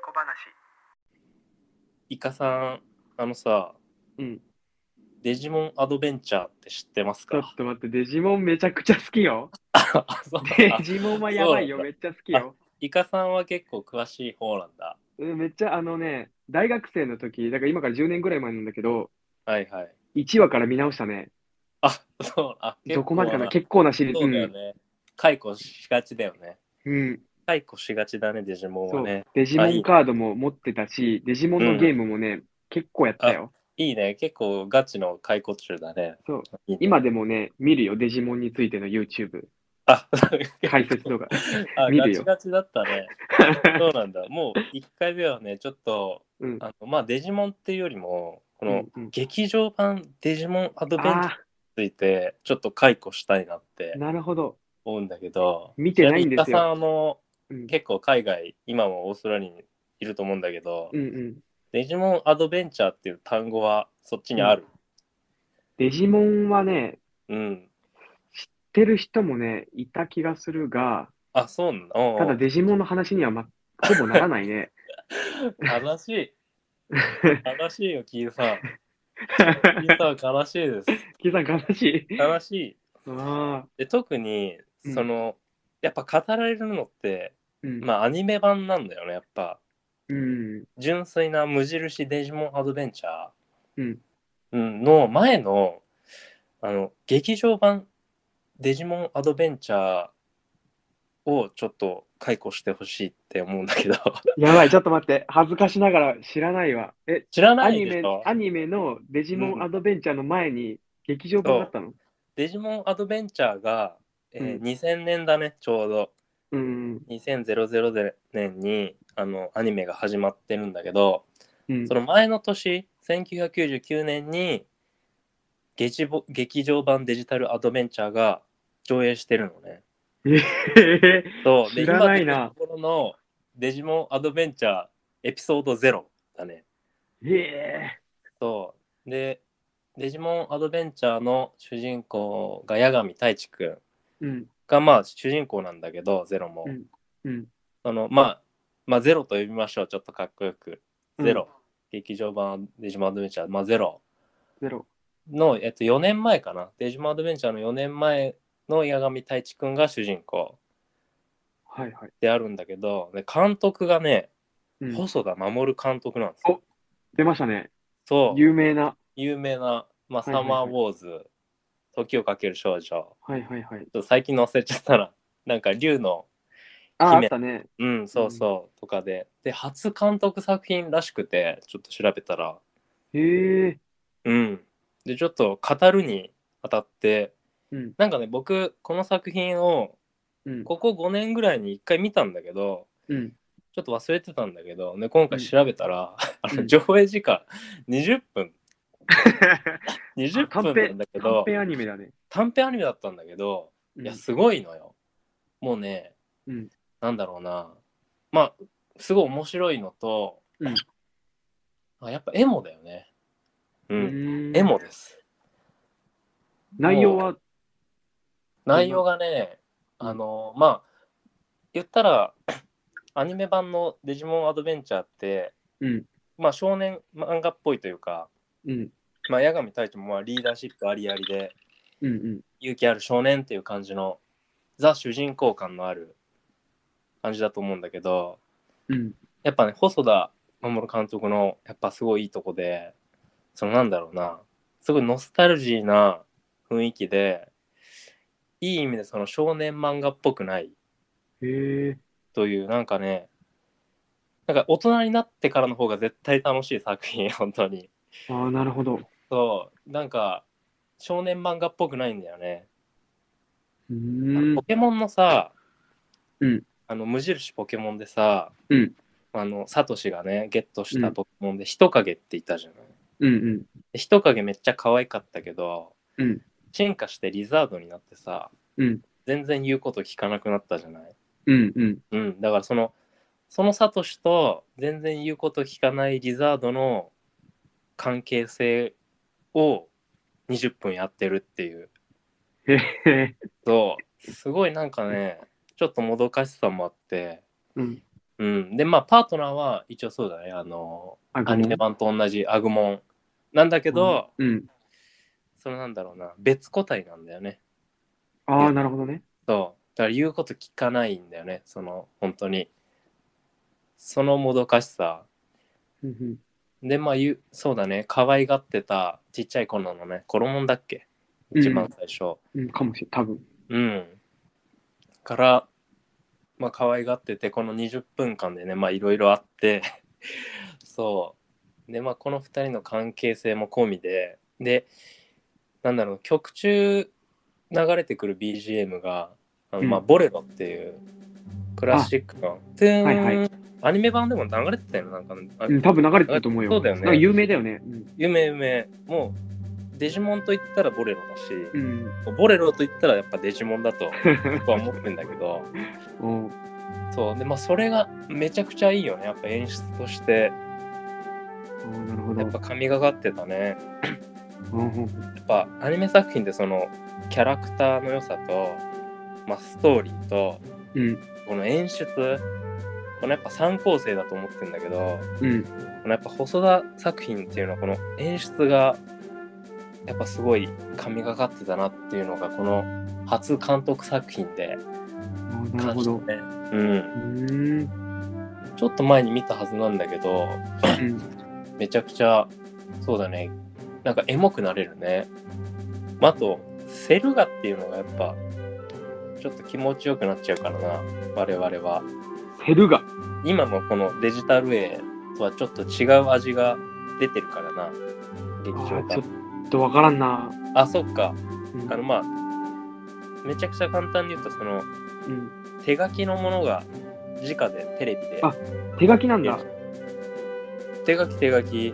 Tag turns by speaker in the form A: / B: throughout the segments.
A: 小話
B: イカさん、あのさ、
C: うん。
B: デジモンアドベンチャーって知ってます
C: ちょ
B: か
C: っと待って、デジモンめちゃくちゃ好き よ。
B: あそう
C: デ
B: あ
C: ジモンはやばいよ、
B: そう
C: めっちゃ好きよ。
B: イカさんは結構詳しい方なんだ。
C: うんめっちゃあのね、大学生の時、だから今から10年ぐらい前なんだけど、
B: はいはい。
C: 1話から見直したね。
B: あ、そう、あ、
C: どこまでかな
B: 結
C: 結構なシリー
B: 構
C: ズ。
B: そうだよね。解雇しがちだよね。
C: うんうん。
B: 解雇しがちだね、デジモンはね。
C: デジモンカードも持ってたし、デジモンのゲームもね、結構やったよ。
B: いいね、結構ガチの解雇中だね。
C: そう
B: いいね
C: 今でもね、見るよ、デジモンについての YouTube、
B: あ、
C: 解説動画。
B: あ
C: 見
B: ガ
C: る
B: チ
C: よ
B: ガチだった ね。そうなんだ。もう1回目はね、ちょっと、
C: うん
B: あのまあ、デジモンっていうよりも、
C: う
B: この
C: んうん
B: 劇場版デジモンアドベンチャーに
C: あ
B: ついて、ちょっと解雇したいなって
C: あ、なるほど。
B: 思うんだけど、
C: 見てないんです
B: ちなみにイカさ
C: よ。
B: ん、あ
C: う
B: の、
C: ん
B: 結構海外、今もオーストラリアにいると思うんだけど、
C: うんうん、
B: デジモンアドベンチャーっていう単語はそっちにある。
C: デジモンはね、
B: うん。
C: 知ってる人もね、いた気がするが、
B: あ、そうなの
C: ただデジモンの話には、ま、ほぼならない ね。
B: 悲し い。悲しいよ、キーさん。キーさん、悲しいです。
C: キさん悲しい。
B: 悲しい。
C: ああ、
B: で特に
C: うん
B: その、やっぱ語られるのって
C: うん。
B: まあアニメ版なんだよねやっぱ
C: うん。
B: 純粋な無印デジモンアドベンチャー、
C: うん
B: うんの前のあの劇場版デジモンアドベンチャーをちょっと解雇してほしいって思うんだけど
C: やばい、ちょっと待って。恥ずかしながら知らないわ。え、
B: 知ら
C: ア
B: ない
C: ニ
B: で
C: メ
B: しょ、
C: アニメのデジモンアドベンチャーの前に劇場版だったの
B: デジモンアドベンチャーが、えー
C: うん
B: 2000年だねちょうど
C: うん。
B: 2000年にあのアニメが始まってるんだけど、
C: うん
B: そ。の前の年、1999年に劇ぼ劇場版デジタルアドベンチャーが上映してるのね。
C: え
B: そうで
C: 知らないな
B: 今のところのデジモンアドベンチャーエピソード0だね。
C: ーえ
B: そうで、デジモンアドベンチャーの主人公が八神太一くん
C: ー。うん。
B: がまあ主人公なんだけど、ゼロも。
C: うん。
B: そのまあ、まあ、ゼロと呼びましょう、ちょっとかっこよく。
C: うん
B: ゼロ。劇場版デジモンアドベンチャー、まあ、ゼロ。
C: ゼロ。
B: の、えっと、4年前かな。デジモンアドベンチャーの4年前の八神太一くんが主人公
C: はいはい。
B: であるんだけど、で監督がね、
C: うん
B: 細田守監督なんですよ。
C: 出ましたね。
B: そう、
C: 有名な。
B: 有名な、まあ、
C: はいは
B: サ
C: いはい
B: マーウォーズ、時をかける少女。ちょ
C: はいはいはい。
B: っと最近載せちゃったら、なん か竜の、
C: ああ、あ
B: 姫
C: ったね。
B: うん、そうそう、とかで。で、初監督作品らしくて、ちょっと調べたら、
C: へえ。
B: うん。で、ちょっと語るにあたって、
C: うん。
B: なんかね、僕、この作品を
C: うん。
B: ここ5年ぐらいに1回見たんだけど、
C: うん。
B: ちょっと忘れてたんだけど、ね、今回調べたら、 あ
C: う
B: の
C: ん
B: 上映時間20分、20
C: 短
B: 分なん
C: 編
B: だけ、
C: 短
B: ど、
C: 編アニメだね。
B: 短編アニメだったんだけど、
C: うん
B: いや、すごいのよ。もうね、
C: うん
B: なんだろうな、まあ、すごい面白いのと、
C: うん
B: あやっぱエモだよね。う、
C: うんん
B: エモです。
C: 内容は、
B: 内容がね、
C: うん
B: あの、まあ、言ったら、 アニメ版のデジモンアドベンチャーって、
C: うん。
B: まあ、少年漫画っぽいというか、
C: うん。
B: まあ、八神太一もまあリーダーシップありありで
C: うん。うん。
B: 勇気ある少年っていう感じのザ主人公感のある感じだと思うんだけど
C: うん。
B: やっぱね細田守監督のやっぱすごいいいとこでそのなんだろうなすごいノスタルジーな雰囲気でいい意味でその少年漫画っぽくない
C: へえ。
B: というなんかねなんか大人になってからの方が絶対楽しい作品本当に
C: ああ、なるほど。
B: そうなんか少年漫画っぽくないんだよね
C: うーん
B: ポ。ケモンのさ、
C: うん
B: あの無印ポケモンでさ、
C: うん
B: あのサトシがねゲットしたポケモンで人影っていたじゃない。
C: うんうん。
B: で人影めっちゃ可愛かったけど、
C: うん
B: 進化してリザードになってさ、
C: うん
B: 全然言うこと聞かなくなったじゃない。
C: うんうん。
B: うん、だからそのそのサトシと全然言うこと聞かないリザードの関係性を20分やってるっていう
C: へへ。
B: そうすごいなんかねちょっともどかしさもあって
C: うん。
B: ううん。で、まあ、パートナーは一応そうだね。あの、
C: あ
B: アニメ版と同じアグモンなんだけど、
C: うん。
B: そのなんだろうな、別個体なんだよね。
C: ああ、なるほどね。
B: そう。だから言うこと聞かないんだよね。その、本当に。そのもどかしさ。
C: うんうん
B: で、まあ、言うそうだね。可愛がってたちっちゃい子なのね。コロモンだっけ一番最初。
C: うん、かもしれん、多分。
B: うん。から、まあ、可愛がってて、この20分間でね、まあ、いろいろあって、 そう。で、まあ、この2人の関係性も込みで、で、なんだろう、曲中流れてくる BGM が、あのまあ、
C: うん
B: ボレロっていうクラシックの、トゥーン、
C: はいは
B: アニメ版でも流れてたよね、なんか、あ
C: うん、多分流れてると思うよ。
B: そうだよね
C: なんか有名だよね。
B: 有名有名、もう、デジモンと言ったらボレロだし、
C: うん。うん
B: ボレロと言ったらやっぱデジモンだと僕は思ってんだ けど、
C: おー
B: そうでまあそれがめちゃくちゃいいよねやっぱ演出として
C: おーなるほど
B: やっぱ神がかってたね
C: うんうん。
B: やっぱアニメ作品ってそのキャラクターの良さと、まあ、ストーリーと
C: うん。
B: この演出このやっぱ三構成だと思ってんだけど
C: うん。
B: このやっぱ細田作品っていうのはこの演出がやっぱすごい神がかってたなっていうのがこの初監督作品で
C: あーなる
B: 感
C: ほ
B: じた
C: ど。
B: ね、うん
C: う、ーん。
B: ちょっと前に見たはずなんだけど
C: うん
B: めちゃくちゃそうだねなんかエモくなれるね、まあ、あとセルガっていうのがやっぱちょっと気持ちよくなっちゃうからな我々は
C: セルガ。
B: 今のこのデジタル絵とはちょっと違う味が出てるからな劇
C: あ
B: 場
C: ー
B: か
C: ちょ
B: ら
C: っとわからんな。
B: あそっか
C: うん
B: あのまあめちゃくちゃ簡単に言うとその
C: うん
B: 手書きのものが直でテレビで
C: あ手書きなんだ。
B: 手書き手書き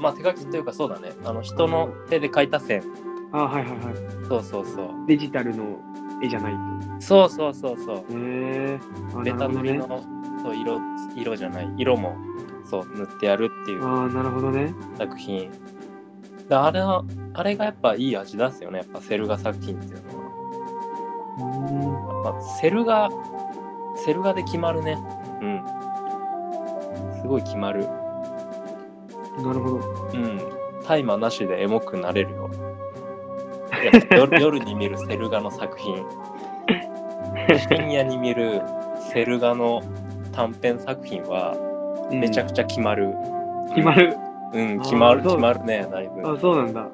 B: まあ手書きというかそうだねあの人の手で書いた線
C: あーはいはいはい。
B: そうそうそう
C: デジタルの絵じゃないと。
B: そうそうそうそ
C: へ
B: う。
C: えー。あ
B: ベタ塗りの、
C: あ
B: そう色色じゃない色もそう塗ってやるっていう
C: ー、なるほどね。
B: 作品。だあれはあれがやっぱいい味出すよね。やっぱセルガ作品っていうの
C: うー
B: は。まあ、セルガセルガで決まるね。うん。すごい決まる。
C: んなるほど。
B: うん。タイマーなしでエモくなれる よ。いや夜夜に見るセルガの作品。深夜に見るセルガの短編作品は
C: うん
B: めちゃくちゃ決まる。
C: 決まる。
B: うん、
C: あー
B: 決まる、
C: そう
B: 決まるね、だいぶ。
C: あ、そうなんだ。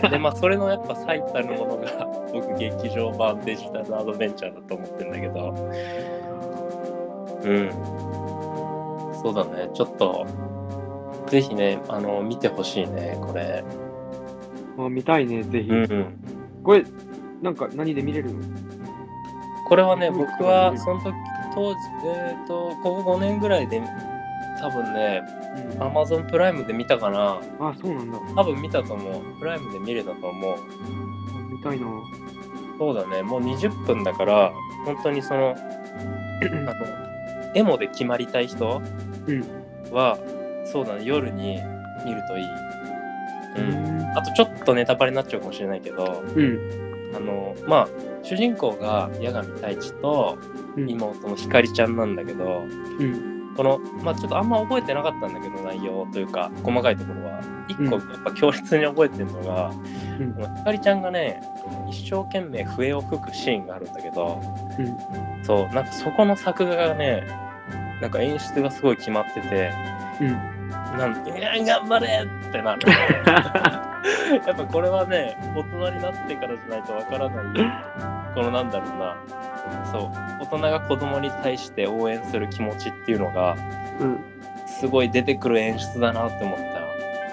B: そうで、まあ、それのやっぱ最たるものが、僕、劇場版デジタルアドベンチャーだと思ってんだけど。うん。そうだね、ちょっと、ぜひね、あの、見てほしいね、これ。
C: あ見たいね、ぜひ。
B: うん。
C: これ、なんか何で見れるの
B: これはね、
C: うん
B: 僕は、その時、当時、えっ、と、ここ5年ぐらいで、多分ね、Amazon プライムで見たかな。
C: ああ、そうなんだ。
B: 多分見たと思う。プライムで見れたと思う。
C: 見たいな。
B: そうだね、もう20分だから、本当にその、あの、エモで決まりたい人
C: うん
B: は、そうだね、夜に見るといい。うん。
C: う
B: あとちょっとネタバレになっちゃうかもしれないけど、
C: ん。
B: あの、まあ、主人公が八神太一と
C: うん。
B: 妹のひかりちゃんなんだけど、
C: うん。
B: この、まあちょっとあんま覚えてなかったんだけど、内容というか、細かいところは。一個
C: う
B: やっぱ強烈に覚えてるのが、
C: うん
B: このひかりちゃんがね、一生懸命笛を吹くシーンがあるんだけど、
C: うん。
B: そうなんかそこの作画がねなんか演出がすごい決まってて
C: うん。
B: なんいや頑張れって なるやっぱこれはね大人になってからじゃないとわからないこのなんだろうなそう大人が子供に対して応援する気持ちっていうのが
C: うん。
B: すごい出てくる演出だなって思った
C: へ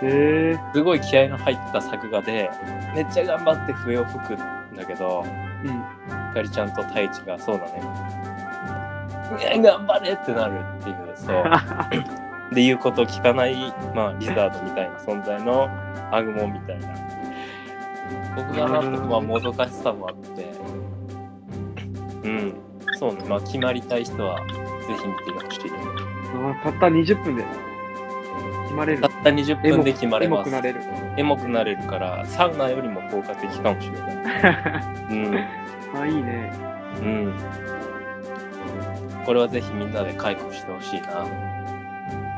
C: え
B: すごい気合の入った作画でめっちゃ頑張って笛を吹くんだけど
C: うん。
B: ひかりちゃんと太一がそうだね。いや頑張れってなるっていう、 そう。で、言うことを聞かない、まあ、リザードみたいな存在のアグモンみたいな。僕がなんとか、まあ、もどかしさもあって。うん。そうね。まあ、決まりたい人は、ぜひ見てほしい。
C: あたった20分で決まれる
B: たっ。た20分で決まれ
C: エモ
B: ま
C: く
B: す。
C: なれる。
B: エモくなれるから、サウナよりも効果的かもしれ ない。うん。
C: あ、いいね。
B: うん。これはぜひみんなで解雇してほしいな。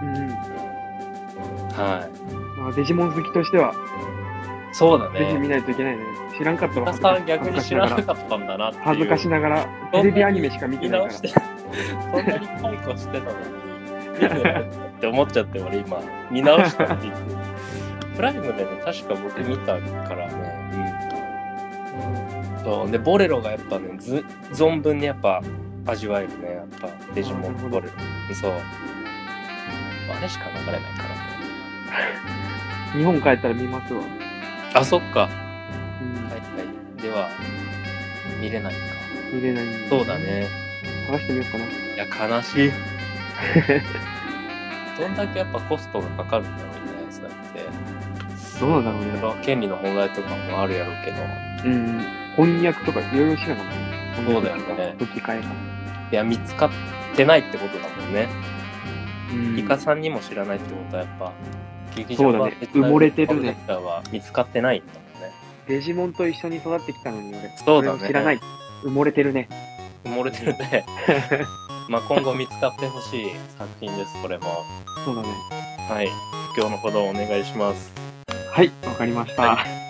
C: うん
B: はい。
C: まあ、デジモン好きとしては、
B: そうだ
C: ぜひ見
B: ね。
C: ないといけないね。知らんかったわ。
B: 皆さん逆に
C: 恥
B: 知
C: ずからしな
B: な
C: がら。
B: かったんだなっていう。
C: 恥ずかしなが ら、テレビアニメしか見て
B: 見
C: ない
B: 直
C: か
B: し
C: ら
B: て、。そんなに解雇してたのに、見てないって思っちゃって、俺今、見直したって言 って。プライムでね、確か僕見たからね。うん、そうで、ボレロがやっぱね、ず存分にやっぱ味わえるね、やっぱ、デジモンボレロ。そう。あれしか流れないから、
C: 日本帰ったら見ますわ。
B: あ、そっか。
C: うん
B: はいはい。では、見れないか。
C: 見れないんで
B: そうだ。ね。
C: 探してみようかな。
B: いや、悲しい。 どんだけやっぱコストがかかるんだろうね、そうやって。
C: どうなんだろう
B: い
C: ね。
B: ろいろ権利の問題とかもあるやろうけど。
C: うん。翻訳とかいろいろしなかった
B: そうだよね
C: 吹き替えが。
B: いや、見つかってないってことだもんね。
C: うん
B: イカさんにも知らないってことはやっぱ、劇
C: そうだね埋もれてるね
B: コンテンツは見つかってないんだもんね。
C: デジモンと一緒に育ってきたのに俺。
B: そうだね
C: れを知らない。埋もれてるね。
B: 埋もれてるね。まあ今後見つかってほしい作品です、これも。
C: そうだね。
B: はい。不況のほどお願いします。
C: はい、わかりました。
B: は